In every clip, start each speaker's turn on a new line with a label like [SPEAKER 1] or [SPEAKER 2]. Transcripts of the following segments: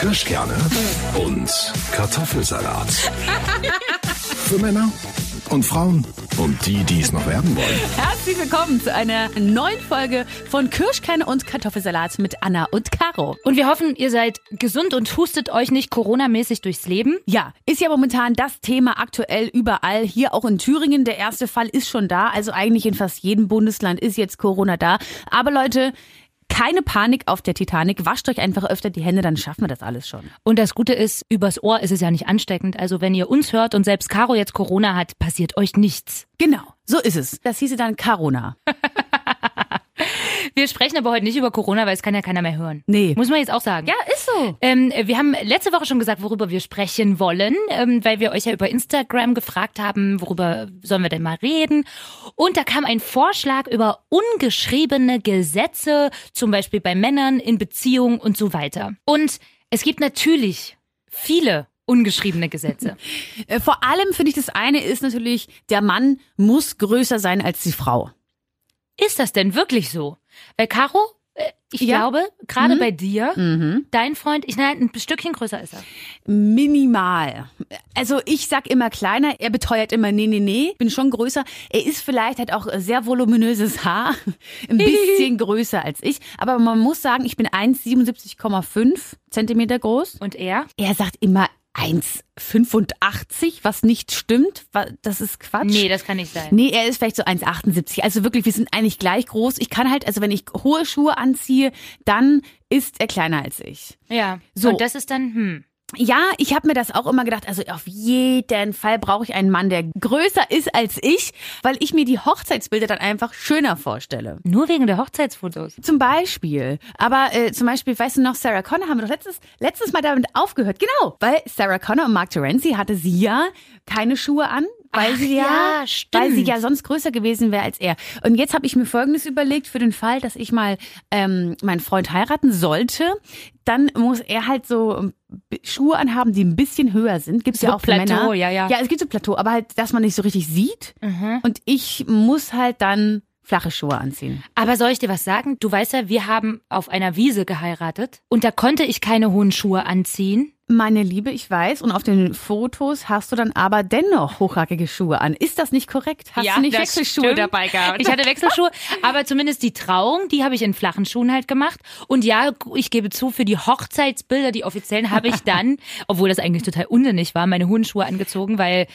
[SPEAKER 1] Kirschkerne und Kartoffelsalat. Für Männer und Frauen und die, die es noch werden wollen.
[SPEAKER 2] Herzlich willkommen zu einer neuen Folge von Kirschkerne und Kartoffelsalat mit Anna und Caro.
[SPEAKER 3] Und wir hoffen, ihr seid gesund und hustet euch nicht coronamäßig durchs Leben.
[SPEAKER 2] Ja, ist ja momentan das Thema aktuell überall. Hier auch in Thüringen. Der erste Fall ist schon da. Also eigentlich in fast jedem Bundesland ist jetzt Corona da. Aber Leute, keine Panik auf der Titanic. Wascht euch einfach öfter die Hände, dann schaffen wir das alles schon.
[SPEAKER 3] Und das Gute ist, übers Ohr ist es ja nicht ansteckend. Also wenn ihr uns hört und selbst Caro jetzt Corona hat, passiert euch nichts.
[SPEAKER 2] Genau, so ist es. Das hieße dann Corona.
[SPEAKER 3] Wir sprechen aber heute nicht über Corona, weil es kann ja keiner mehr hören.
[SPEAKER 2] Nee.
[SPEAKER 3] Muss man jetzt auch sagen.
[SPEAKER 2] Ja, ist so.
[SPEAKER 3] Ähm, wir haben letzte Woche schon gesagt, worüber wir sprechen wollen, ähm, weil wir euch ja über Instagram gefragt haben, worüber sollen wir denn mal reden. Und da kam ein Vorschlag über ungeschriebene Gesetze, zum Beispiel bei Männern in Beziehungen und so weiter. Und es gibt natürlich viele ungeschriebene Gesetze.
[SPEAKER 2] Äh, Vor allem finde ich, das eine ist natürlich, der Mann muss größer sein als die Frau.
[SPEAKER 3] Ist das denn wirklich so? Weil Caro, äh, ich
[SPEAKER 2] Ja.
[SPEAKER 3] glaube, gerade bei dir, dein Freund, ich nein, ein Stückchen größer ist er.
[SPEAKER 2] Minimal. Also ich sag immer kleiner, er beteuert immer nee, nee, nee, bin schon größer. Er ist vielleicht, hat auch sehr voluminöses Haar, ein bisschen größer als ich. Aber man muss sagen, ich bin 1,77,5 Zentimeter groß.
[SPEAKER 3] Und er?
[SPEAKER 2] Er sagt immer 1,85, was nicht stimmt. wa- Das ist Quatsch.
[SPEAKER 3] Nee, das kann nicht sein.
[SPEAKER 2] Nee, er ist vielleicht so 1,78. Also wirklich, wir sind eigentlich gleich groß. Ich kann halt, also wenn ich hohe Schuhe anziehe, dann ist er kleiner als ich.
[SPEAKER 3] Ja.
[SPEAKER 2] So.
[SPEAKER 3] So. Und das ist dann, hm.
[SPEAKER 2] Ja, ich habe mir das auch immer gedacht. Also auf jeden Fall brauche ich einen Mann, der größer ist als ich, weil ich mir die Hochzeitsbilder dann einfach schöner vorstelle.
[SPEAKER 3] Nur wegen der Hochzeitsfotos.
[SPEAKER 2] Zum Beispiel. Aber äh, zum Beispiel, weißt du noch, Sarah Connor haben wir doch letztes, letztes Mal damit aufgehört. Genau, weil Sarah Connor und Mark Terenzi hatte sie ja keine Schuhe an. Weil
[SPEAKER 3] Ach
[SPEAKER 2] sie
[SPEAKER 3] ja,
[SPEAKER 2] weil sie
[SPEAKER 3] stimmt.
[SPEAKER 2] ja sonst größer gewesen wäre als er. Und jetzt habe ich mir Folgendes überlegt für den Fall, dass ich mal ähm, meinen Freund heiraten sollte, dann muss er halt so ähm, B- Schuhe anhaben, die ein bisschen höher sind. Gibt's
[SPEAKER 3] So
[SPEAKER 2] ja auch für
[SPEAKER 3] Plateau,
[SPEAKER 2] Männer.
[SPEAKER 3] ja, Mhm. ja.
[SPEAKER 2] Ja, es gibt so Plateau, aber halt, dass man nicht so richtig sieht. Und ich muss halt dann flache Schuhe anziehen.
[SPEAKER 3] Aber soll ich dir was sagen? Du weißt ja, wir haben auf einer Wiese geheiratet und da konnte ich keine hohen Schuhe anziehen.
[SPEAKER 2] Meine Liebe, ich weiß, und auf den Fotos hast du dann aber dennoch hochhackige Schuhe an. Ist das nicht korrekt? Hast du nicht Wechselschuhe dabei gehabt?
[SPEAKER 3] Ich hatte Wechselschuhe, aber zumindest die Trauung, die habe ich in flachen Schuhen halt gemacht. Und ja, ich gebe zu, für die Hochzeitsbilder, die offiziellen, habe ich dann, obwohl das eigentlich total unsinnig war, meine hohen Schuhe angezogen, weil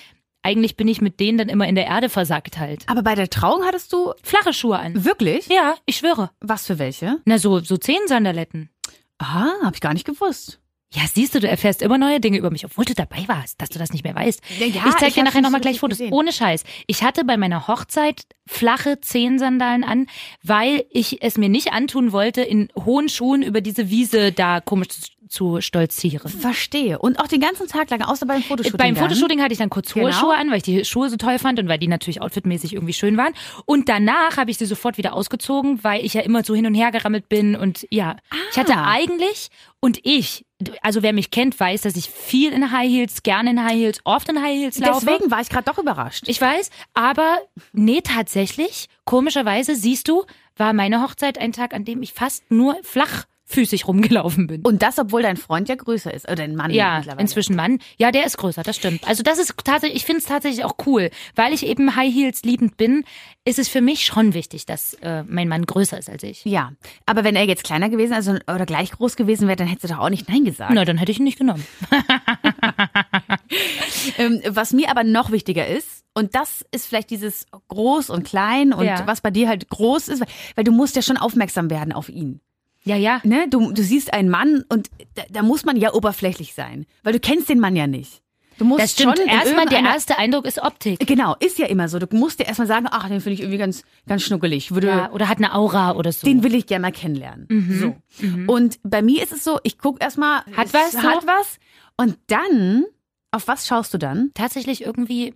[SPEAKER 3] eigentlich bin ich mit denen dann immer in der Erde versackt halt.
[SPEAKER 2] aber bei der Trauung hattest du
[SPEAKER 3] Flache Schuhe an.
[SPEAKER 2] wirklich?
[SPEAKER 3] Ja, ich schwöre.
[SPEAKER 2] Was für welche?
[SPEAKER 3] Na, so, so zehn Sandaletten.
[SPEAKER 2] Ah, habe ich gar nicht gewusst.
[SPEAKER 3] Ja, siehst du, du erfährst immer neue Dinge über mich, obwohl du dabei warst, dass du das nicht mehr weißt.
[SPEAKER 2] Ja, ja,
[SPEAKER 3] ich zeig
[SPEAKER 2] ich hab's
[SPEAKER 3] dir nachher
[SPEAKER 2] nicht
[SPEAKER 3] nochmal
[SPEAKER 2] so
[SPEAKER 3] gleich
[SPEAKER 2] richtig
[SPEAKER 3] Fotos.
[SPEAKER 2] gesehen.
[SPEAKER 3] Ohne Scheiß. Ich hatte bei meiner Hochzeit flache Zehensandalen an, weil ich es mir nicht antun wollte, in hohen Schuhen über diese Wiese da komisch zu, zu stolzieren.
[SPEAKER 2] Verstehe. Und auch den ganzen Tag lang, außer beim Fotoshooting.
[SPEAKER 3] Äh, Beim
[SPEAKER 2] dann?
[SPEAKER 3] Fotoshooting hatte ich dann kurz hohe
[SPEAKER 2] Genau.
[SPEAKER 3] Schuhe an, weil ich die Schuhe so toll fand und weil die natürlich outfitmäßig irgendwie schön waren. Und danach habe ich sie sofort wieder ausgezogen, weil ich ja immer so hin und her gerammelt bin. Und ja, ich hatte
[SPEAKER 2] Ah.
[SPEAKER 3] eigentlich und ich, also wer mich kennt, weiß, dass ich viel in High Heels, gerne in High Heels, oft in High Heels laufe.
[SPEAKER 2] Deswegen war ich gerade doch überrascht.
[SPEAKER 3] Ich weiß, aber nee, tatsächlich, komischerweise, siehst du, war meine Hochzeit ein Tag, an dem ich fast nur flachfüßig rumgelaufen bin.
[SPEAKER 2] und das, obwohl dein Freund ja größer ist. Oder dein Mann
[SPEAKER 3] Ja,
[SPEAKER 2] mittlerweile.
[SPEAKER 3] inzwischen Mann. Ja, der ist größer, das stimmt. Also das ist tatsächlich, ich finde es tatsächlich auch cool, weil ich eben High Heels liebend bin, ist es für mich schon wichtig, dass äh, mein Mann größer ist als ich.
[SPEAKER 2] Ja, aber wenn er jetzt kleiner gewesen also, oder gleich groß gewesen wäre, dann hättest du doch auch nicht Nein gesagt.
[SPEAKER 3] Na, dann hätte ich ihn nicht genommen.
[SPEAKER 2] Ähm, was mir aber noch wichtiger ist, und das ist vielleicht dieses groß und klein und
[SPEAKER 3] Ja.
[SPEAKER 2] was bei dir halt groß ist, weil du musst ja schon aufmerksam werden auf ihn.
[SPEAKER 3] Ja, ja.
[SPEAKER 2] Ne? Du, du siehst einen Mann und da, da muss man ja oberflächlich sein, weil du kennst den Mann ja nicht. Du musst
[SPEAKER 3] Das stimmt.
[SPEAKER 2] schon in
[SPEAKER 3] Erstmal der
[SPEAKER 2] irgendeiner-
[SPEAKER 3] erste Eindruck ist Optik.
[SPEAKER 2] Genau, ist ja immer so. Du musst dir erstmal sagen, ach, den finde ich irgendwie ganz, ganz schnuckelig. Würde,
[SPEAKER 3] Ja, oder hat eine Aura oder so.
[SPEAKER 2] Den will ich gerne mal kennenlernen. So. Und bei mir ist es so, ich gucke erstmal,
[SPEAKER 3] Hat was so?
[SPEAKER 2] hat was. Und dann, auf was schaust du dann?
[SPEAKER 3] tatsächlich irgendwie,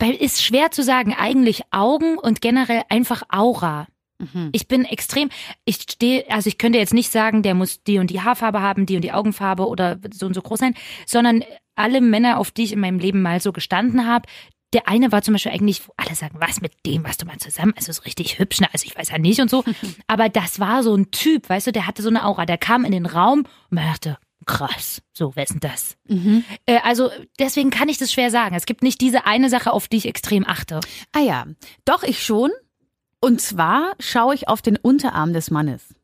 [SPEAKER 3] weil ist schwer zu sagen, eigentlich Augen und generell einfach Aura. Ich bin extrem, ich stehe, also ich könnte jetzt nicht sagen, der muss die und die Haarfarbe haben, die und die Augenfarbe oder so und so groß sein, sondern alle Männer, auf die ich in meinem Leben mal so gestanden habe, der eine war zum Beispiel eigentlich, wo alle sagen, was mit dem, was du mal zusammen, also ist richtig hübsch, ne? also ich weiß ja nicht und so, aber das war so ein Typ, weißt du, der hatte so eine Aura, der kam in den Raum und man dachte, krass, so, wer ist denn das? Äh, also deswegen kann ich das schwer sagen. Es gibt nicht diese eine Sache, auf die ich extrem achte.
[SPEAKER 2] Ah ja, doch ich schon. Und zwar schaue ich auf den Unterarm des Mannes.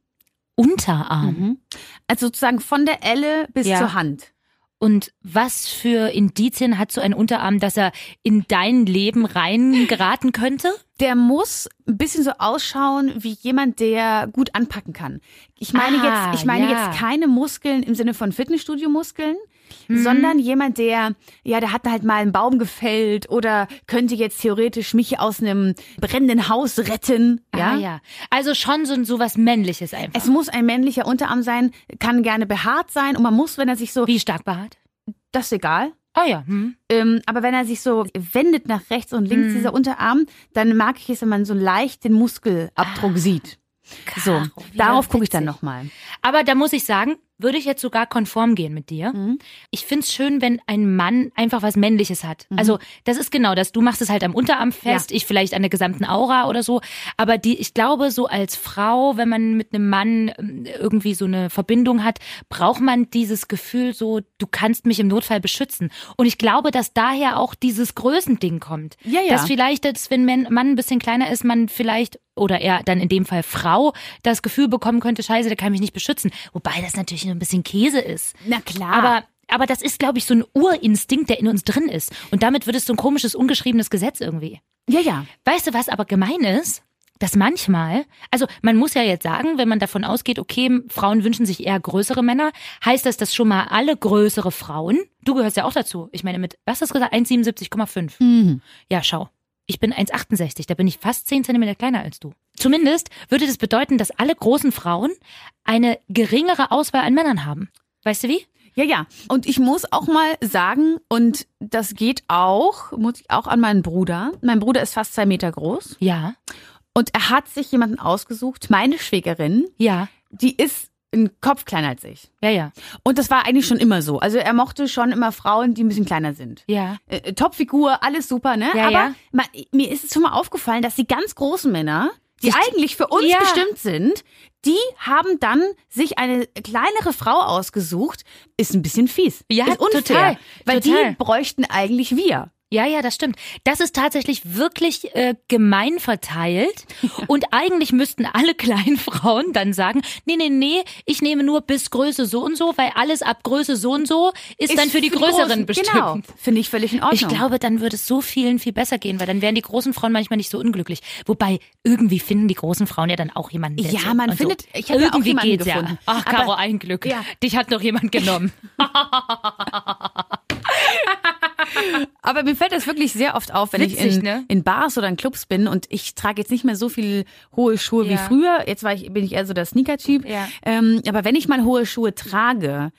[SPEAKER 3] Unterarm.
[SPEAKER 2] Also sozusagen von der Elle bis
[SPEAKER 3] Mhm. Ja.
[SPEAKER 2] zur Hand.
[SPEAKER 3] Und was für Indizien hat so ein Unterarm, dass er in dein Leben reingeraten könnte?
[SPEAKER 2] Der muss ein bisschen so ausschauen wie jemand, der gut anpacken kann. Ich meine
[SPEAKER 3] Ah,
[SPEAKER 2] jetzt, ich meine
[SPEAKER 3] ja.
[SPEAKER 2] jetzt keine Muskeln im Sinne von Fitnessstudio-Muskeln,
[SPEAKER 3] Mhm.
[SPEAKER 2] sondern jemand, der, ja, der hat halt mal einen Baum gefällt oder könnte jetzt theoretisch mich aus einem brennenden Haus retten. Ja,
[SPEAKER 3] Ah, ja. Also schon so, so was Männliches einfach.
[SPEAKER 2] Es muss ein männlicher Unterarm sein, kann gerne behaart sein und man muss, wenn er sich so,
[SPEAKER 3] Wie stark behaart?
[SPEAKER 2] das ist egal,
[SPEAKER 3] Ah ja. Hm.
[SPEAKER 2] ähm, aber wenn er sich so wendet nach rechts und
[SPEAKER 3] Mhm.
[SPEAKER 2] links, dieser Unterarm, dann mag ich es, wenn man so leicht den Muskelabdruck sieht. So,
[SPEAKER 3] Ah, Caro, wie
[SPEAKER 2] darauf gucke ich
[SPEAKER 3] witzig.
[SPEAKER 2] dann nochmal.
[SPEAKER 3] Aber da muss ich sagen, würde ich jetzt sogar konform gehen mit dir.
[SPEAKER 2] Mhm.
[SPEAKER 3] Ich find's schön, wenn ein Mann einfach was Männliches hat.
[SPEAKER 2] Mhm.
[SPEAKER 3] Also das ist genau das. Du machst es halt am Unterarm fest, ich vielleicht an der gesamten Aura oder so. Aber die, ich glaube, so als Frau, wenn man mit einem Mann ähm, irgendwie so eine Verbindung hat, braucht man dieses Gefühl so, du kannst mich im Notfall beschützen. Und ich glaube, dass daher auch dieses Größending kommt.
[SPEAKER 2] Ja, ja.
[SPEAKER 3] Dass vielleicht, dass wenn man Mann ein bisschen kleiner ist, man vielleicht oder er dann in dem Fall Frau das Gefühl bekommen könnte, scheiße, der kann mich nicht beschützen. Wobei das natürlich nur ein bisschen Käse ist.
[SPEAKER 2] Na klar.
[SPEAKER 3] Aber aber das ist, glaube ich, so ein Urinstinkt, der in uns drin ist. Und damit wird es so ein komisches, ungeschriebenes Gesetz irgendwie.
[SPEAKER 2] ja, ja.
[SPEAKER 3] Weißt du, was aber gemein ist? Dass manchmal, also man muss ja jetzt sagen, wenn man davon ausgeht, okay, Frauen wünschen sich eher größere Männer, heißt das, dass schon mal alle größere Frauen, du gehörst ja auch dazu, ich meine mit, was hast du gesagt, 1,77,5. Ja, schau. Ich bin 1,68, da bin ich fast 10 Zentimeter kleiner als du. Zumindest würde das bedeuten, dass alle großen Frauen eine geringere Auswahl an Männern haben. Weißt du wie?
[SPEAKER 2] Ja, ja. Und ich muss auch mal sagen, und das geht auch, muss ich auch an meinen Bruder. Mein Bruder ist fast zwei Meter groß
[SPEAKER 3] Ja,
[SPEAKER 2] und er hat sich jemanden ausgesucht, meine Schwägerin,
[SPEAKER 3] ja,
[SPEAKER 2] die ist ein Kopf kleiner als ich.
[SPEAKER 3] ja, ja,
[SPEAKER 2] Und das war eigentlich schon immer so. Also er mochte schon immer Frauen, die ein bisschen kleiner sind.
[SPEAKER 3] ja.
[SPEAKER 2] Äh, Topfigur, alles super, ne?
[SPEAKER 3] Ja,
[SPEAKER 2] Aber
[SPEAKER 3] ja.
[SPEAKER 2] Ma, mir ist es schon mal aufgefallen, dass die ganz großen Männer, die
[SPEAKER 3] Sich-
[SPEAKER 2] eigentlich für uns
[SPEAKER 3] Ja.
[SPEAKER 2] bestimmt sind, die haben dann sich eine kleinere Frau ausgesucht, ist ein bisschen fies.
[SPEAKER 3] Ja,
[SPEAKER 2] ist unfair,
[SPEAKER 3] total,
[SPEAKER 2] weil
[SPEAKER 3] total.
[SPEAKER 2] die bräuchten eigentlich wir.
[SPEAKER 3] Ja, ja, das stimmt. Das ist tatsächlich wirklich äh, gemein verteilt. Und eigentlich müssten alle kleinen Frauen dann sagen, nee, nee, nee, ich nehme nur bis Größe so und so, weil alles ab Größe so und so ist, dann für die Größeren
[SPEAKER 2] Großen-
[SPEAKER 3] bestimmt.
[SPEAKER 2] Genau, finde ich völlig in Ordnung.
[SPEAKER 3] Ich glaube, dann würde es so vielen viel besser gehen, weil dann wären die großen Frauen manchmal nicht so unglücklich. Wobei, irgendwie finden die großen Frauen ja dann auch jemanden. der
[SPEAKER 2] Ja,
[SPEAKER 3] so-
[SPEAKER 2] man
[SPEAKER 3] und
[SPEAKER 2] findet-
[SPEAKER 3] so.
[SPEAKER 2] ich habe ja auch
[SPEAKER 3] irgendwie
[SPEAKER 2] jemanden
[SPEAKER 3] geht's ja.
[SPEAKER 2] gefunden.
[SPEAKER 3] Ach,
[SPEAKER 2] Aber-
[SPEAKER 3] Caro, ein Glück.
[SPEAKER 2] Ja.
[SPEAKER 3] Dich hat noch jemand genommen.
[SPEAKER 2] Aber mir fällt das wirklich sehr oft auf, wenn ich
[SPEAKER 3] Witzig,
[SPEAKER 2] in,
[SPEAKER 3] ne?
[SPEAKER 2] in Bars oder in Clubs bin und ich trage jetzt nicht mehr so viel hohe Schuhe
[SPEAKER 3] Ja.
[SPEAKER 2] wie früher. Jetzt war ich, bin ich eher so der Sneaker-Typ.
[SPEAKER 3] Ja.
[SPEAKER 2] Ähm, aber wenn ich mal hohe Schuhe trage,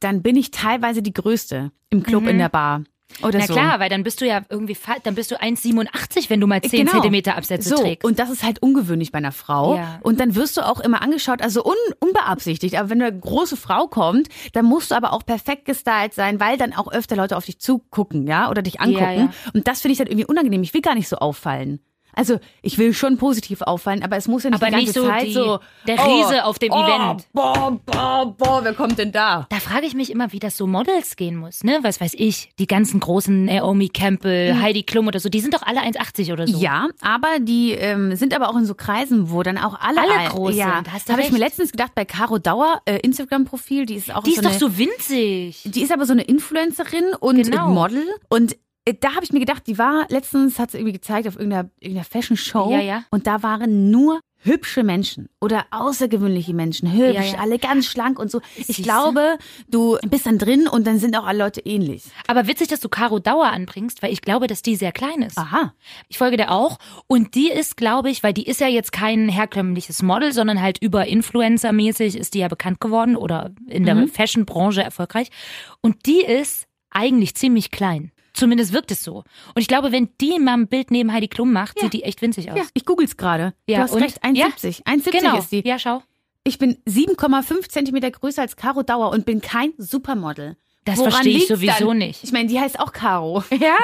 [SPEAKER 2] dann bin ich teilweise die Größte im Club, in der Bar. Oder
[SPEAKER 3] Mhm. Na
[SPEAKER 2] so.
[SPEAKER 3] klar, weil dann bist du ja irgendwie, fa- dann bist du 1,87, wenn du mal 10
[SPEAKER 2] Genau.
[SPEAKER 3] Zentimeter Absätze
[SPEAKER 2] so,
[SPEAKER 3] trägst.
[SPEAKER 2] Und das ist halt ungewöhnlich bei einer Frau.
[SPEAKER 3] Ja.
[SPEAKER 2] Und dann wirst du auch immer angeschaut, also un, unbeabsichtigt. Aber wenn eine große Frau kommt, dann musst du aber auch perfekt gestylt sein, weil dann auch öfter Leute auf dich zugucken, ja, oder dich angucken.
[SPEAKER 3] ja.
[SPEAKER 2] Und das finde ich dann irgendwie unangenehm. Ich will gar nicht so auffallen. Also ich will schon positiv auffallen, aber es muss ja nicht
[SPEAKER 3] Aber
[SPEAKER 2] die ganze
[SPEAKER 3] nicht so
[SPEAKER 2] Zeit
[SPEAKER 3] die-
[SPEAKER 2] so
[SPEAKER 3] der
[SPEAKER 2] oh,
[SPEAKER 3] Riese auf dem
[SPEAKER 2] oh,
[SPEAKER 3] Event.
[SPEAKER 2] Boah, boah, boah, wer kommt denn da?
[SPEAKER 3] Da frage ich mich immer, wie das so Models gehen muss, ne? Was weiß ich, die ganzen großen Naomi Campbell, Heidi Klum oder so, die sind doch alle 1,80 oder so.
[SPEAKER 2] Mhm. Ja, aber die ähm, sind aber auch in so Kreisen, wo dann auch alle
[SPEAKER 3] Alle groß
[SPEAKER 2] ja,
[SPEAKER 3] sind, hast du
[SPEAKER 2] Habe ich mir
[SPEAKER 3] recht.
[SPEAKER 2] letztens gedacht bei Caro Dauer äh, Instagram Profil, die ist auch
[SPEAKER 3] Die
[SPEAKER 2] so
[SPEAKER 3] ist doch
[SPEAKER 2] eine,
[SPEAKER 3] so winzig.
[SPEAKER 2] die ist aber so eine Influencerin und
[SPEAKER 3] Genau.
[SPEAKER 2] ein Model und äh, da habe ich mir gedacht, die war letztens hat sie irgendwie gezeigt auf irgendeiner, irgendeiner Fashion Show
[SPEAKER 3] Ja, ja.
[SPEAKER 2] und da waren nur hübsche Menschen oder außergewöhnliche Menschen, hübsch,
[SPEAKER 3] Ja, ja.
[SPEAKER 2] alle ganz schlank und so. Ich
[SPEAKER 3] Siehste?
[SPEAKER 2] glaube, du bist dann drin und dann sind auch alle Leute ähnlich.
[SPEAKER 3] Aber witzig, dass du Caro Dauer anbringst, weil ich glaube, dass die sehr klein ist.
[SPEAKER 2] Aha.
[SPEAKER 3] Ich folge der auch. Und die ist, glaube ich, weil die ist ja jetzt kein herkömmliches Model, sondern halt über Influencer-mäßig ist die ja bekannt geworden oder in der
[SPEAKER 2] Mhm.
[SPEAKER 3] Fashion-Branche erfolgreich. Und die ist eigentlich ziemlich klein. Zumindest wirkt es so. Und ich glaube, wenn die mal ein Bild neben Heidi Klum macht, sieht die echt winzig aus.
[SPEAKER 2] Ja, ich googel's gerade.
[SPEAKER 3] Ja,
[SPEAKER 2] du hast
[SPEAKER 3] und?
[SPEAKER 2] recht, 1,70. 1,70
[SPEAKER 3] Genau.
[SPEAKER 2] ist die.
[SPEAKER 3] Ja, schau.
[SPEAKER 2] Ich bin 7,5 Zentimeter größer als Caro Dauer und bin kein Supermodel.
[SPEAKER 3] Das verstehe
[SPEAKER 2] liegt's
[SPEAKER 3] ich sowieso
[SPEAKER 2] dann?
[SPEAKER 3] nicht.
[SPEAKER 2] Ich meine, die heißt auch Caro.
[SPEAKER 3] Ja.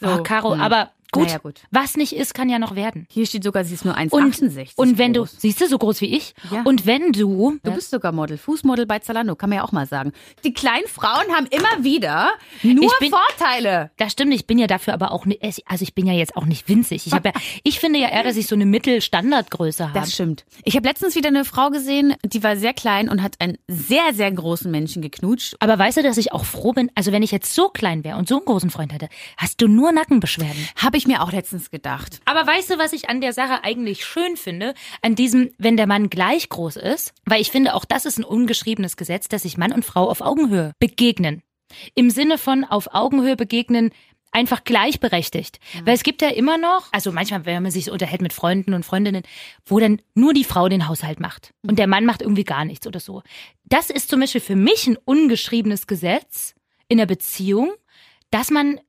[SPEAKER 3] So. Ach, Caro, aber Gut.
[SPEAKER 2] Mhm. Naja, gut.
[SPEAKER 3] Was nicht ist, kann ja noch werden.
[SPEAKER 2] Hm. Hier steht sogar, sie ist nur 1,68
[SPEAKER 3] Und, und wenn
[SPEAKER 2] groß.
[SPEAKER 3] du, siehst du, so groß wie ich.
[SPEAKER 2] Ja.
[SPEAKER 3] Und wenn du,
[SPEAKER 2] Du bist sogar Model, Fußmodel bei Zalando, kann man ja auch mal sagen. Die kleinen Frauen haben immer wieder nur
[SPEAKER 3] Ich bin-
[SPEAKER 2] Vorteile.
[SPEAKER 3] das stimmt, ich bin ja dafür aber auch nicht, also ich bin ja jetzt auch nicht winzig. Ich habe ja, ich finde ja eher, dass ich so eine Mittelstandardgröße habe.
[SPEAKER 2] Das stimmt. Ich habe letztens wieder eine Frau gesehen, die war sehr klein und hat einen sehr, sehr großen Menschen geknutscht.
[SPEAKER 3] Aber weißt du, dass ich auch froh bin? Also wenn ich jetzt so klein wäre und so einen großen Freund hätte, hast du nur Nackenbeschwerden.
[SPEAKER 2] Habe ich mir auch letztens gedacht.
[SPEAKER 3] Aber weißt du, was ich an der Sache eigentlich schön finde? An diesem, wenn der Mann gleich groß ist, weil ich finde, auch das ist ein ungeschriebenes Gesetz, dass sich Mann und Frau auf Augenhöhe begegnen. Im Sinne von auf Augenhöhe begegnen, einfach gleichberechtigt. Weil es gibt ja immer noch, also manchmal, wenn man sich so unterhält mit Freunden und Freundinnen, wo dann nur die Frau den Haushalt macht und der Mann macht irgendwie gar nichts oder so. Das ist zum Beispiel für mich ein ungeschriebenes Gesetz in der Beziehung, dass man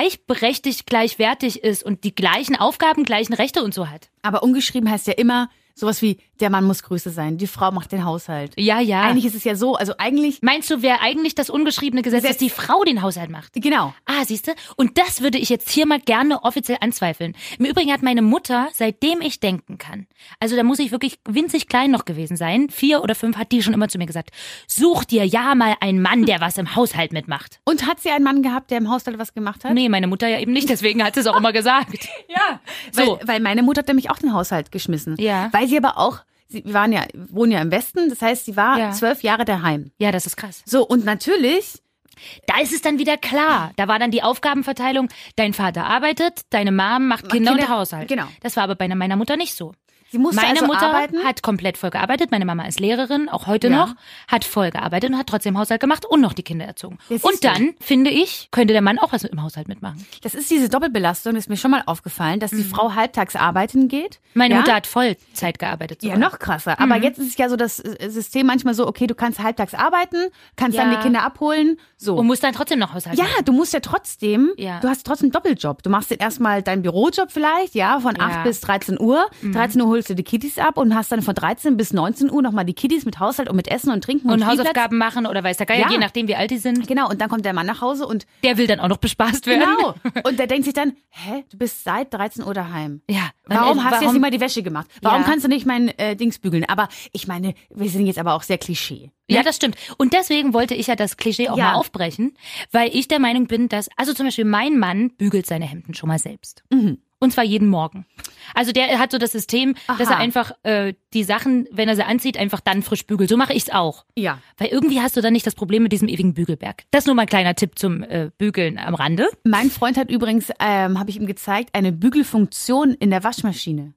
[SPEAKER 3] gleichberechtigt, gleichwertig ist und die gleichen Aufgaben, gleichen Rechte und so hat.
[SPEAKER 2] Aber ungeschrieben heißt ja immer sowas wie, der Mann muss größer sein, die Frau macht den Haushalt.
[SPEAKER 3] Ja, ja.
[SPEAKER 2] Eigentlich ist es ja so, also eigentlich,
[SPEAKER 3] Meinst du, wäre eigentlich das ungeschriebene Gesetz, dass
[SPEAKER 2] Gesetz.
[SPEAKER 3] die Frau den Haushalt macht?
[SPEAKER 2] genau.
[SPEAKER 3] Ah, siehste. Und das würde ich jetzt hier mal gerne offiziell anzweifeln. Im Übrigen hat meine Mutter, seitdem ich denken kann, also da muss ich wirklich winzig klein noch gewesen sein, vier oder fünf, hat die schon immer zu mir gesagt, such dir ja mal einen Mann, der was im Haushalt mitmacht.
[SPEAKER 2] Und hat sie einen Mann gehabt, der im Haushalt was gemacht hat?
[SPEAKER 3] Nee, meine Mutter ja eben nicht, deswegen hat sie es auch immer gesagt.
[SPEAKER 2] Ja, weil,
[SPEAKER 3] So.
[SPEAKER 2] weil meine Mutter hat nämlich auch den Haushalt geschmissen.
[SPEAKER 3] Ja.
[SPEAKER 2] Weil sie aber auch, sie waren ja, wohnen ja im Westen, das heißt, sie war
[SPEAKER 3] Ja.
[SPEAKER 2] zwölf Jahre daheim.
[SPEAKER 3] Ja, das ist krass.
[SPEAKER 2] So, und natürlich,
[SPEAKER 3] Da ist es dann wieder klar. Da war dann die Aufgabenverteilung, dein Vater arbeitet, deine Mom macht Kinder, und
[SPEAKER 2] Kinder-
[SPEAKER 3] Haushalt.
[SPEAKER 2] genau.
[SPEAKER 3] Das war aber bei meiner Mutter nicht so.
[SPEAKER 2] sie musste
[SPEAKER 3] Meine
[SPEAKER 2] also
[SPEAKER 3] Mutter
[SPEAKER 2] arbeiten.
[SPEAKER 3] hat komplett voll gearbeitet. Meine Mama ist Lehrerin, auch heute
[SPEAKER 2] Ja.
[SPEAKER 3] noch, hat voll gearbeitet und hat trotzdem Haushalt gemacht und noch die Kinder erzogen.
[SPEAKER 2] Ja, siehst
[SPEAKER 3] und
[SPEAKER 2] du.
[SPEAKER 3] dann, finde ich, könnte der Mann auch was im Haushalt mitmachen.
[SPEAKER 2] das ist diese Doppelbelastung, das ist mir schon mal aufgefallen, dass die Frau halbtags arbeiten geht.
[SPEAKER 3] Mhm. Meine
[SPEAKER 2] ja?
[SPEAKER 3] Mutter hat Vollzeit gearbeitet.
[SPEAKER 2] Ja,
[SPEAKER 3] sogar.
[SPEAKER 2] noch krasser. Aber
[SPEAKER 3] Mhm.
[SPEAKER 2] jetzt ist es ja so das äh, System manchmal so, okay, du kannst halbtags arbeiten, kannst dann
[SPEAKER 3] Ja.
[SPEAKER 2] die Kinder abholen. So.
[SPEAKER 3] Und muss dann trotzdem noch Haushalt
[SPEAKER 2] ja,
[SPEAKER 3] machen.
[SPEAKER 2] du musst ja trotzdem,
[SPEAKER 3] Ja.
[SPEAKER 2] du hast trotzdem Doppeljob. Du machst dann erstmal deinen Bürojob vielleicht, ja, von
[SPEAKER 3] Ja. Mhm.
[SPEAKER 2] 8 bis 13 Uhr. 13 Uhr holst du die Kiddies ab und hast dann von 13 bis 19 Uhr nochmal die Kiddies mit Haushalt und mit Essen und Trinken und,
[SPEAKER 3] Und
[SPEAKER 2] Spielplatz.
[SPEAKER 3] Hausaufgaben machen oder weiß der Geier,
[SPEAKER 2] Ja.
[SPEAKER 3] je nachdem wie alt die sind.
[SPEAKER 2] Genau, und dann kommt der Mann nach Hause und
[SPEAKER 3] Der will dann auch noch bespaßt werden.
[SPEAKER 2] genau. Und der denkt sich dann, hä, du bist seit 13 Uhr daheim.
[SPEAKER 3] Ja.
[SPEAKER 2] Warum
[SPEAKER 3] Wann-
[SPEAKER 2] hast du jetzt
[SPEAKER 3] warum-
[SPEAKER 2] nicht mal die Wäsche gemacht? Warum
[SPEAKER 3] Ja.
[SPEAKER 2] kannst du nicht mein äh, Dings bügeln? Aber ich meine, wir sind jetzt aber auch sehr Klischee. Ne?
[SPEAKER 3] Ja, das stimmt. Und deswegen wollte ich ja das Klischee auch
[SPEAKER 2] Ja.
[SPEAKER 3] mal aufbrechen, weil ich der Meinung bin, dass, also zum Beispiel mein Mann bügelt seine Hemden schon mal selbst.
[SPEAKER 2] Mhm.
[SPEAKER 3] Und zwar jeden Morgen. Also der hat so das System, dass
[SPEAKER 2] Aha.
[SPEAKER 3] er einfach äh, die Sachen, wenn er sie anzieht, einfach dann frisch bügelt. So mache ich's auch.
[SPEAKER 2] Ja.
[SPEAKER 3] Weil irgendwie hast du dann nicht das Problem mit diesem ewigen Bügelberg. Das nur mal ein kleiner Tipp zum äh, Bügeln am Rande.
[SPEAKER 2] Mein Freund hat übrigens, ähm, habe ich ihm gezeigt, eine Bügelfunktion in der Waschmaschine.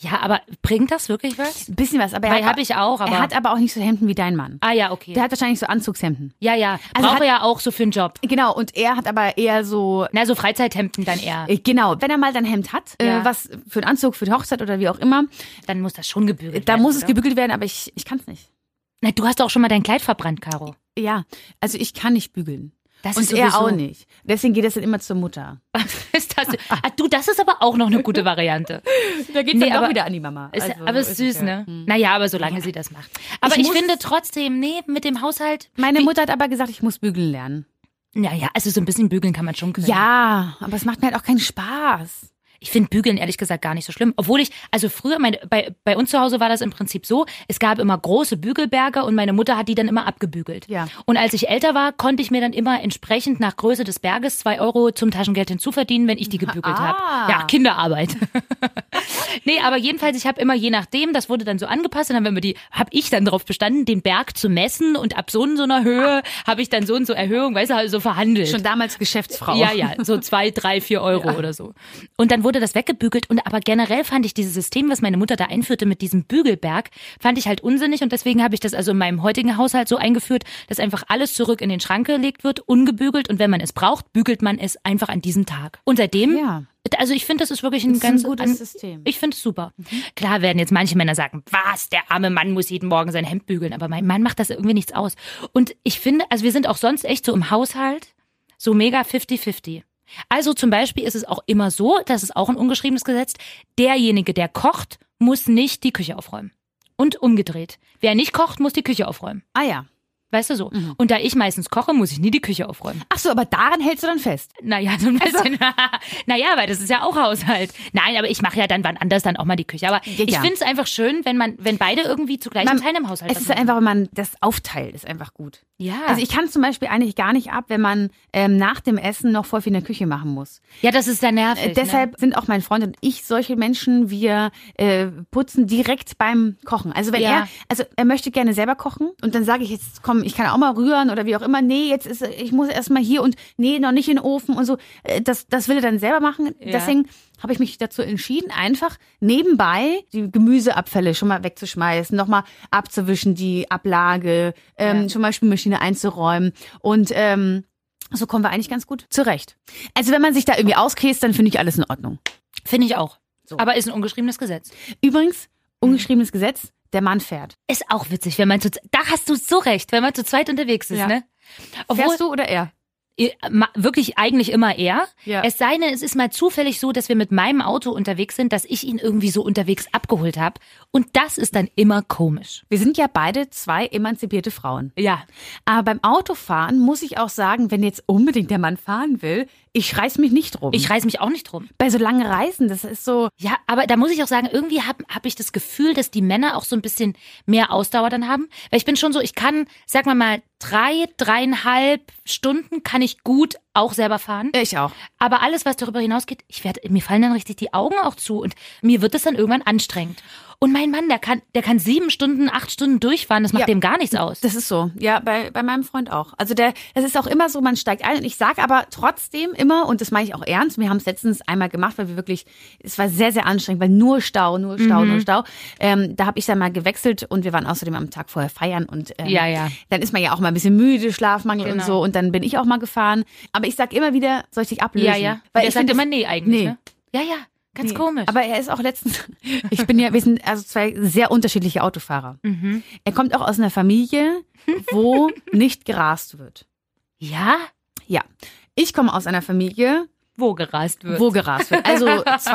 [SPEAKER 3] Ja, aber bringt das wirklich was?
[SPEAKER 2] Ein bisschen was, aber
[SPEAKER 3] Weil
[SPEAKER 2] er hat,
[SPEAKER 3] habe ich auch, aber.
[SPEAKER 2] er hat aber auch nicht so Hemden wie dein Mann.
[SPEAKER 3] ah ja, okay.
[SPEAKER 2] Der hat wahrscheinlich so Anzugshemden.
[SPEAKER 3] ja, ja.
[SPEAKER 2] Also
[SPEAKER 3] Braucht
[SPEAKER 2] hat-
[SPEAKER 3] er ja auch so für einen Job.
[SPEAKER 2] Genau, und er hat aber eher so.
[SPEAKER 3] Na, so Freizeithemden dann eher.
[SPEAKER 2] äh, Genau, wenn er mal dann Hemd hat, äh,
[SPEAKER 3] Ja.
[SPEAKER 2] was für einen Anzug, für die Hochzeit oder wie auch immer,
[SPEAKER 3] Dann muss das schon gebügelt werden.
[SPEAKER 2] da muss es
[SPEAKER 3] oder?
[SPEAKER 2] gebügelt werden, aber ich, ich kann es nicht.
[SPEAKER 3] Na, du hast auch schon mal dein Kleid verbrannt, Caro.
[SPEAKER 2] Ja, also ich kann nicht bügeln.
[SPEAKER 3] Das
[SPEAKER 2] und
[SPEAKER 3] ist
[SPEAKER 2] er
[SPEAKER 3] sowieso-
[SPEAKER 2] auch nicht. Deswegen geht das dann immer zur Mutter.
[SPEAKER 3] Ist das, ah, du, das ist aber auch noch eine gute Variante.
[SPEAKER 2] Da geht
[SPEAKER 3] Nee, aber-
[SPEAKER 2] an die Mama.
[SPEAKER 3] Ist,
[SPEAKER 2] Also,
[SPEAKER 3] aber ist süß,
[SPEAKER 2] ja.
[SPEAKER 3] ne? Naja, aber solange sie das macht. Aber
[SPEAKER 2] Ich
[SPEAKER 3] ich,
[SPEAKER 2] muss-
[SPEAKER 3] finde trotzdem, nee, mit dem Haushalt,
[SPEAKER 2] Meine Mutter hat aber gesagt, ich muss bügeln lernen.
[SPEAKER 3] naja, also so ein bisschen bügeln kann man schon können.
[SPEAKER 2] Ja, aber es macht mir halt auch keinen Spaß.
[SPEAKER 3] Ich finde bügeln ehrlich gesagt gar nicht so schlimm. Obwohl ich, also früher, meine, bei, bei uns zu Hause war das im Prinzip so, es gab immer große Bügelberge und meine Mutter hat die dann immer abgebügelt.
[SPEAKER 2] Ja.
[SPEAKER 3] Und als ich älter war, konnte ich mir dann immer entsprechend nach Größe des Berges zwei Euro zum Taschengeld hinzuverdienen, wenn ich die gebügelt
[SPEAKER 2] Ah.
[SPEAKER 3] habe. Ja, Kinderarbeit. nee, aber jedenfalls, ich habe immer je nachdem, das wurde dann so angepasst und dann haben wir die, habe ich dann darauf bestanden, den Berg zu messen und ab so und so einer Höhe habe ich dann so und so Erhöhung, weißt du, also verhandelt.
[SPEAKER 2] Ah. Schon damals Geschäftsfrau.
[SPEAKER 3] Ja, ja, so zwei, drei, vier Euro oder so. Und dann wurde das weggebügelt. Und aber generell fand ich dieses System, was meine Mutter da einführte mit diesem Bügelberg, fand ich halt unsinnig. Und deswegen habe ich das also in meinem heutigen Haushalt so eingeführt, dass einfach alles zurück in den Schrank gelegt wird, ungebügelt. Und wenn man es braucht, bügelt man es einfach an diesem Tag. Und seitdem,
[SPEAKER 2] Ja.
[SPEAKER 3] also ich finde, das ist wirklich ein
[SPEAKER 2] ist ein
[SPEAKER 3] ganz
[SPEAKER 2] gutes
[SPEAKER 3] an-
[SPEAKER 2] System. Mhm.
[SPEAKER 3] Ich finde es super. Klar werden jetzt manche Männer sagen, was, der arme Mann muss jeden Morgen sein Hemd bügeln. Aber mein Mann macht das irgendwie nichts aus. Und ich finde, also wir sind auch sonst echt so im Haushalt so mega 50-50. Also zum Beispiel ist es auch immer so, das ist auch ein ungeschriebenes Gesetz, derjenige, der kocht, muss nicht die Küche aufräumen. Und umgedreht. Wer nicht kocht, muss die Küche aufräumen.
[SPEAKER 2] Ah ja.
[SPEAKER 3] Weißt du so? Und da ich meistens koche, muss ich nie die Küche aufräumen.
[SPEAKER 2] Ach so, aber daran hältst du dann fest.
[SPEAKER 3] Naja, so ein
[SPEAKER 2] Also
[SPEAKER 3] bisschen. naja, weil das ist ja auch Haushalt. Nein, aber ich mache ja dann wann anders dann auch mal die Küche. Aber
[SPEAKER 2] Ja,
[SPEAKER 3] ich
[SPEAKER 2] ja.
[SPEAKER 3] finde es einfach schön, wenn man, wenn beide irgendwie zu gleichen
[SPEAKER 2] Man-
[SPEAKER 3] Teilen im Haushalt
[SPEAKER 2] Es
[SPEAKER 3] was Ah.
[SPEAKER 2] ist
[SPEAKER 3] machen.
[SPEAKER 2] einfach, wenn man das aufteilt, ist einfach gut.
[SPEAKER 3] Ja.
[SPEAKER 2] Also ich kann zum Beispiel eigentlich gar nicht ab, wenn man ähm, nach dem Essen noch voll viel in der Küche machen muss.
[SPEAKER 3] ja, das ist dann nervig. ne?
[SPEAKER 2] Äh, deshalb sind auch mein Freund und ich solche Menschen. Wir äh, putzen direkt beim Kochen. Also wenn
[SPEAKER 3] Ja.
[SPEAKER 2] er, also er möchte gerne selber kochen und dann sage ich jetzt, komm, ich kann auch mal rühren oder wie auch immer. Nee, jetzt ist, ich muss erst mal hier und nee, noch nicht in den Ofen und so. Äh, Das, das will er dann selber machen.
[SPEAKER 3] Ja.
[SPEAKER 2] Deswegen habe ich mich dazu entschieden, einfach nebenbei die Gemüseabfälle schon mal wegzuschmeißen, nochmal abzuwischen, die Ablage, ähm,
[SPEAKER 3] Ja.
[SPEAKER 2] schon mal Spülmaschine einzuräumen und ähm, so kommen wir eigentlich ganz gut zurecht. Also wenn man sich da irgendwie auskäst, dann finde ich alles in Ordnung.
[SPEAKER 3] Ne? Finde ich auch.
[SPEAKER 2] So.
[SPEAKER 3] Aber ist ein ungeschriebenes Gesetz.
[SPEAKER 2] Übrigens, ungeschriebenes Gesetz, der Mann fährt.
[SPEAKER 3] Ist auch witzig, wenn man zu da hast du so recht, wenn man zu zweit unterwegs ist,
[SPEAKER 2] Ja.
[SPEAKER 3] ne? Obwohl
[SPEAKER 2] Fährst du oder er?
[SPEAKER 3] eh, ma- wirklich eigentlich immer er.
[SPEAKER 2] Ja.
[SPEAKER 3] Es sei denn, es ist mal zufällig so, dass wir mit meinem Auto unterwegs sind, dass ich ihn irgendwie so unterwegs abgeholt habe und das ist dann immer komisch.
[SPEAKER 2] Wir sind ja beide zwei emanzipierte Frauen.
[SPEAKER 3] Ja.
[SPEAKER 2] Aber beim Autofahren muss ich auch sagen, wenn jetzt unbedingt der Mann fahren will, ich reiß mich nicht rum.
[SPEAKER 3] Ich reiß mich auch nicht drum.
[SPEAKER 2] bei so langen Reisen, das ist so,
[SPEAKER 3] Ja, aber da muss ich auch sagen, irgendwie habe hab ich das Gefühl, dass die Männer auch so ein bisschen mehr Ausdauer dann haben. Weil ich bin schon so, ich kann, sagen wir mal, drei, dreieinhalb Stunden kann ich gut auch selber fahren.
[SPEAKER 2] ich auch.
[SPEAKER 3] Aber alles, was darüber hinausgeht, ich werd, mir fallen dann richtig die Augen auch zu und mir wird es dann irgendwann anstrengend. Und mein Mann, der kann, der kann sieben Stunden, acht Stunden durchfahren, das macht
[SPEAKER 2] Ja.
[SPEAKER 3] dem gar nichts aus.
[SPEAKER 2] Das ist so. Ja, bei, bei meinem Freund auch. Also der, das ist auch immer so, man steigt ein und ich sage aber trotzdem immer, und das meine ich auch ernst, wir haben es letztens einmal gemacht, weil wir wirklich, es war sehr, sehr anstrengend, weil nur Stau, nur Stau, nur
[SPEAKER 3] Mhm.
[SPEAKER 2] Stau. Ähm, da habe ich dann mal gewechselt und wir waren außerdem am Tag vorher feiern und ähm,
[SPEAKER 3] Ja, ja.
[SPEAKER 2] dann ist man ja auch mal ein bisschen müde, Schlafmangel und
[SPEAKER 3] Genau.
[SPEAKER 2] so und dann bin ich auch mal gefahren. Aber ich sage immer wieder, soll ich dich ablösen?
[SPEAKER 3] ja, ja.
[SPEAKER 2] Weil
[SPEAKER 3] er
[SPEAKER 2] ich
[SPEAKER 3] sagt
[SPEAKER 2] finde,
[SPEAKER 3] immer nee eigentlich.
[SPEAKER 2] Nee.
[SPEAKER 3] Ne? Ja, ja. Ganz
[SPEAKER 2] Nee,
[SPEAKER 3] komisch.
[SPEAKER 2] Aber er ist auch letztens, ich bin ja, wir sind also zwei sehr unterschiedliche Autofahrer.
[SPEAKER 3] Mhm.
[SPEAKER 2] Er kommt auch aus einer Familie, wo nicht gerast wird.
[SPEAKER 3] ja,
[SPEAKER 2] Ja. Ich komme aus einer Familie,
[SPEAKER 3] wo gerast wird.
[SPEAKER 2] wo gerast wird. Also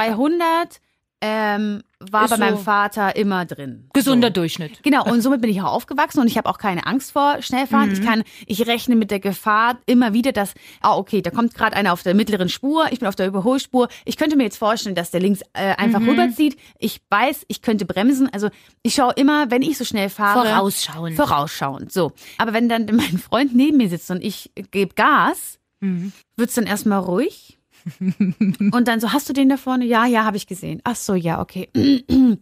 [SPEAKER 2] 200 ähm, war
[SPEAKER 3] Ist
[SPEAKER 2] bei meinem
[SPEAKER 3] so.
[SPEAKER 2] Vater immer drin.
[SPEAKER 3] Gesunder
[SPEAKER 2] so.
[SPEAKER 3] Durchschnitt.
[SPEAKER 2] Genau, und somit bin ich auch aufgewachsen und ich habe auch keine Angst vor Schnellfahren.
[SPEAKER 3] Mhm.
[SPEAKER 2] Ich kann, ich rechne mit der Gefahr immer wieder, dass, ah, okay, da kommt gerade einer auf der mittleren Spur, ich bin auf der Überholspur. Ich könnte mir jetzt vorstellen, dass der links äh, einfach
[SPEAKER 3] Mhm.
[SPEAKER 2] rüberzieht. Ich weiß, ich könnte bremsen. Also ich schaue immer, wenn ich so schnell fahre.
[SPEAKER 3] Vorausschauend.
[SPEAKER 2] Vorausschauend, so. Aber wenn dann mein Freund neben mir sitzt und ich gebe Gas, wird's dann erstmal ruhig. und dann so, hast du den da vorne? Ja, ja, habe ich gesehen. Ach so, ja, okay. Und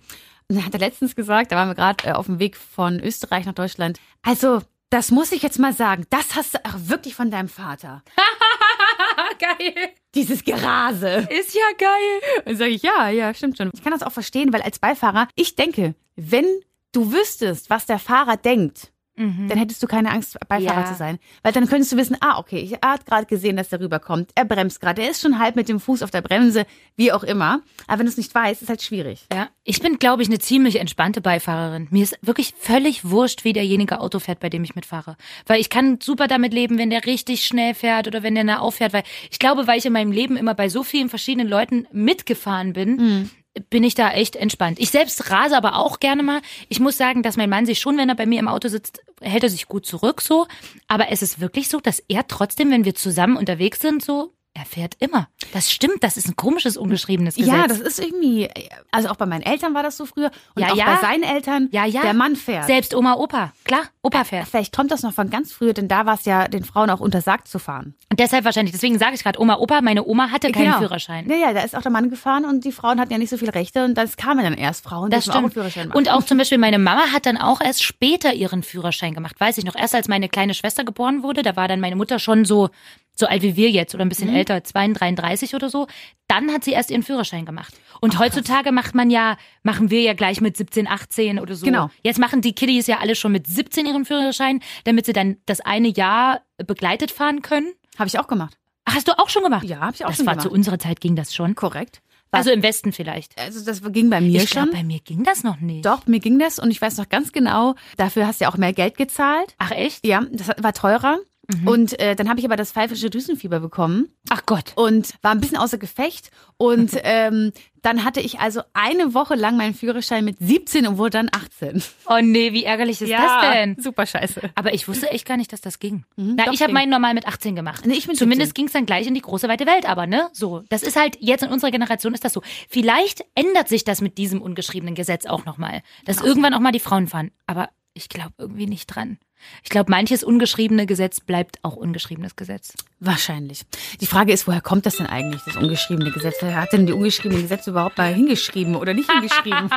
[SPEAKER 2] dann hat er letztens gesagt, da waren wir gerade äh, auf dem Weg von Österreich nach Deutschland. Also, das muss ich jetzt mal sagen, das hast du auch wirklich von deinem Vater.
[SPEAKER 3] Ah, geil.
[SPEAKER 2] Dieses Gerase.
[SPEAKER 3] Ist ja geil.
[SPEAKER 2] Dann sage ich, ja, ja, stimmt schon. Ich kann das auch verstehen, weil als Beifahrer, ich denke, wenn du wüsstest, was der Fahrer denkt, dann hättest du keine Angst, Beifahrer
[SPEAKER 3] Mhm. Ja.
[SPEAKER 2] zu sein. Weil dann könntest du wissen, ah, okay, ich- er hat gerade gesehen, dass der rüberkommt. Er bremst gerade. Er ist schon halb mit dem Fuß auf der Bremse, wie auch immer. Aber wenn du es nicht weißt, ist halt schwierig.
[SPEAKER 3] Ja, ich bin, glaube ich, eine ziemlich entspannte Beifahrerin. Mir ist wirklich völlig wurscht, wie derjenige Auto fährt, bei dem ich mitfahre. Weil ich kann super damit leben, wenn der richtig schnell fährt oder wenn der nah auffährt. Weil ich glaube, weil ich in meinem Leben immer bei so vielen verschiedenen Leuten mitgefahren bin,
[SPEAKER 2] Mhm.
[SPEAKER 3] bin ich da echt entspannt. Ich selbst rase aber auch gerne mal. Ich muss sagen, dass mein Mann sich schon, wenn er bei mir im Auto sitzt, hält er sich gut zurück so. Aber es ist wirklich so, dass er trotzdem, wenn wir zusammen unterwegs sind, so, er fährt immer. Das stimmt, das ist ein komisches, ungeschriebenes Gesetz.
[SPEAKER 2] Ja, das ist irgendwie, also auch bei meinen Eltern war das so früher und
[SPEAKER 3] Ja,
[SPEAKER 2] auch
[SPEAKER 3] ja.
[SPEAKER 2] bei seinen Eltern,
[SPEAKER 3] Ja, ja.
[SPEAKER 2] der Mann fährt.
[SPEAKER 3] Selbst Oma, Opa. Klar, Opa fährt.
[SPEAKER 2] Vielleicht kommt das noch von ganz früher, denn da war es ja den Frauen auch untersagt zu fahren.
[SPEAKER 3] Und deshalb wahrscheinlich, deswegen sage ich gerade Oma, Opa, meine Oma hatte keinen
[SPEAKER 2] genau.
[SPEAKER 3] Führerschein.
[SPEAKER 2] Naja, da ist auch der Mann gefahren und die Frauen hatten ja nicht so viele Rechte und das kamen dann erst Frauen, die
[SPEAKER 3] Das
[SPEAKER 2] durften auch einen
[SPEAKER 3] stimmt.
[SPEAKER 2] Führerschein machen.
[SPEAKER 3] Und auch zum Beispiel meine Mama hat dann auch erst später ihren Führerschein gemacht. Weiß ich noch, erst als meine kleine Schwester geboren wurde, da war dann meine Mutter schon so, so alt wie wir jetzt oder ein bisschen
[SPEAKER 2] Mhm.
[SPEAKER 3] älter, 32, 33 oder so. Dann hat sie erst ihren Führerschein gemacht. Und
[SPEAKER 2] Oh,
[SPEAKER 3] heutzutage macht man ja, machen wir ja gleich mit 17, 18 oder so.
[SPEAKER 2] Genau.
[SPEAKER 3] Jetzt machen die Kiddies ja alle schon mit 17 ihren Führerschein, damit sie dann das eine Jahr begleitet fahren können.
[SPEAKER 2] Habe ich auch gemacht.
[SPEAKER 3] Ach, Hast du auch schon gemacht?
[SPEAKER 2] Ja, hab ich auch
[SPEAKER 3] das
[SPEAKER 2] schon
[SPEAKER 3] war
[SPEAKER 2] gemacht.
[SPEAKER 3] zu unserer Zeit ging das schon.
[SPEAKER 2] Korrekt.
[SPEAKER 3] Also im Westen vielleicht.
[SPEAKER 2] Also das ging bei mir
[SPEAKER 3] Ich
[SPEAKER 2] schon.
[SPEAKER 3] glaube, bei mir ging das noch nicht.
[SPEAKER 2] Doch, mir ging das und ich weiß noch ganz genau, dafür hast du ja auch mehr Geld gezahlt.
[SPEAKER 3] Ach echt? Mhm.
[SPEAKER 2] Ja, das war teurer. Und äh, dann habe ich aber das pfeifische Drüsenfieber bekommen
[SPEAKER 3] Ach Gott.
[SPEAKER 2] und war ein bisschen außer Gefecht. Und ähm, dann hatte ich also eine Woche lang meinen Führerschein mit 17 und wurde dann 18.
[SPEAKER 3] Oh nee, wie ärgerlich ist das denn?
[SPEAKER 2] Super scheiße.
[SPEAKER 3] Aber ich wusste echt gar nicht, dass das ging.
[SPEAKER 2] Mhm,
[SPEAKER 3] Na,
[SPEAKER 2] doch,
[SPEAKER 3] ich habe
[SPEAKER 2] ging.
[SPEAKER 3] meinen normal mit 18 gemacht.
[SPEAKER 2] Nee, ich bin
[SPEAKER 3] Zumindest ging es dann gleich in die große weite Welt, aber ne? So. Das ist halt, jetzt in unserer Generation ist das so. Vielleicht ändert sich das mit diesem ungeschriebenen Gesetz auch nochmal. Dass
[SPEAKER 2] Genau.
[SPEAKER 3] irgendwann auch mal die Frauen fahren. Aber ich glaube irgendwie nicht dran. Ich glaube, manches ungeschriebene Gesetz bleibt auch ungeschriebenes Gesetz.
[SPEAKER 2] Wahrscheinlich. Die Frage ist, woher kommt das denn eigentlich, das ungeschriebene Gesetz? Wer hat denn die ungeschriebene Gesetze überhaupt mal hingeschrieben oder nicht hingeschrieben?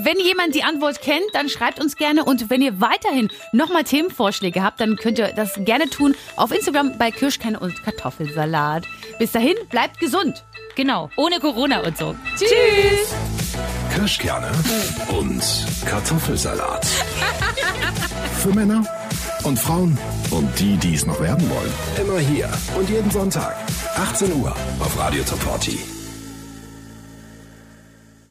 [SPEAKER 2] wenn jemand die Antwort kennt, dann schreibt uns gerne. Und wenn ihr weiterhin nochmal Themenvorschläge habt, dann könnt ihr das gerne tun auf Instagram bei Kirschkerne und Kartoffelsalat. Bis dahin, bleibt gesund.
[SPEAKER 3] Genau. Ohne Corona und so.
[SPEAKER 2] Tschüss.
[SPEAKER 1] Kirschkerne und Kartoffelsalat. Für Männer und Frauen und die, die es noch werden wollen. Immer hier und jeden Sonntag, 18 Uhr auf Radio Top 40.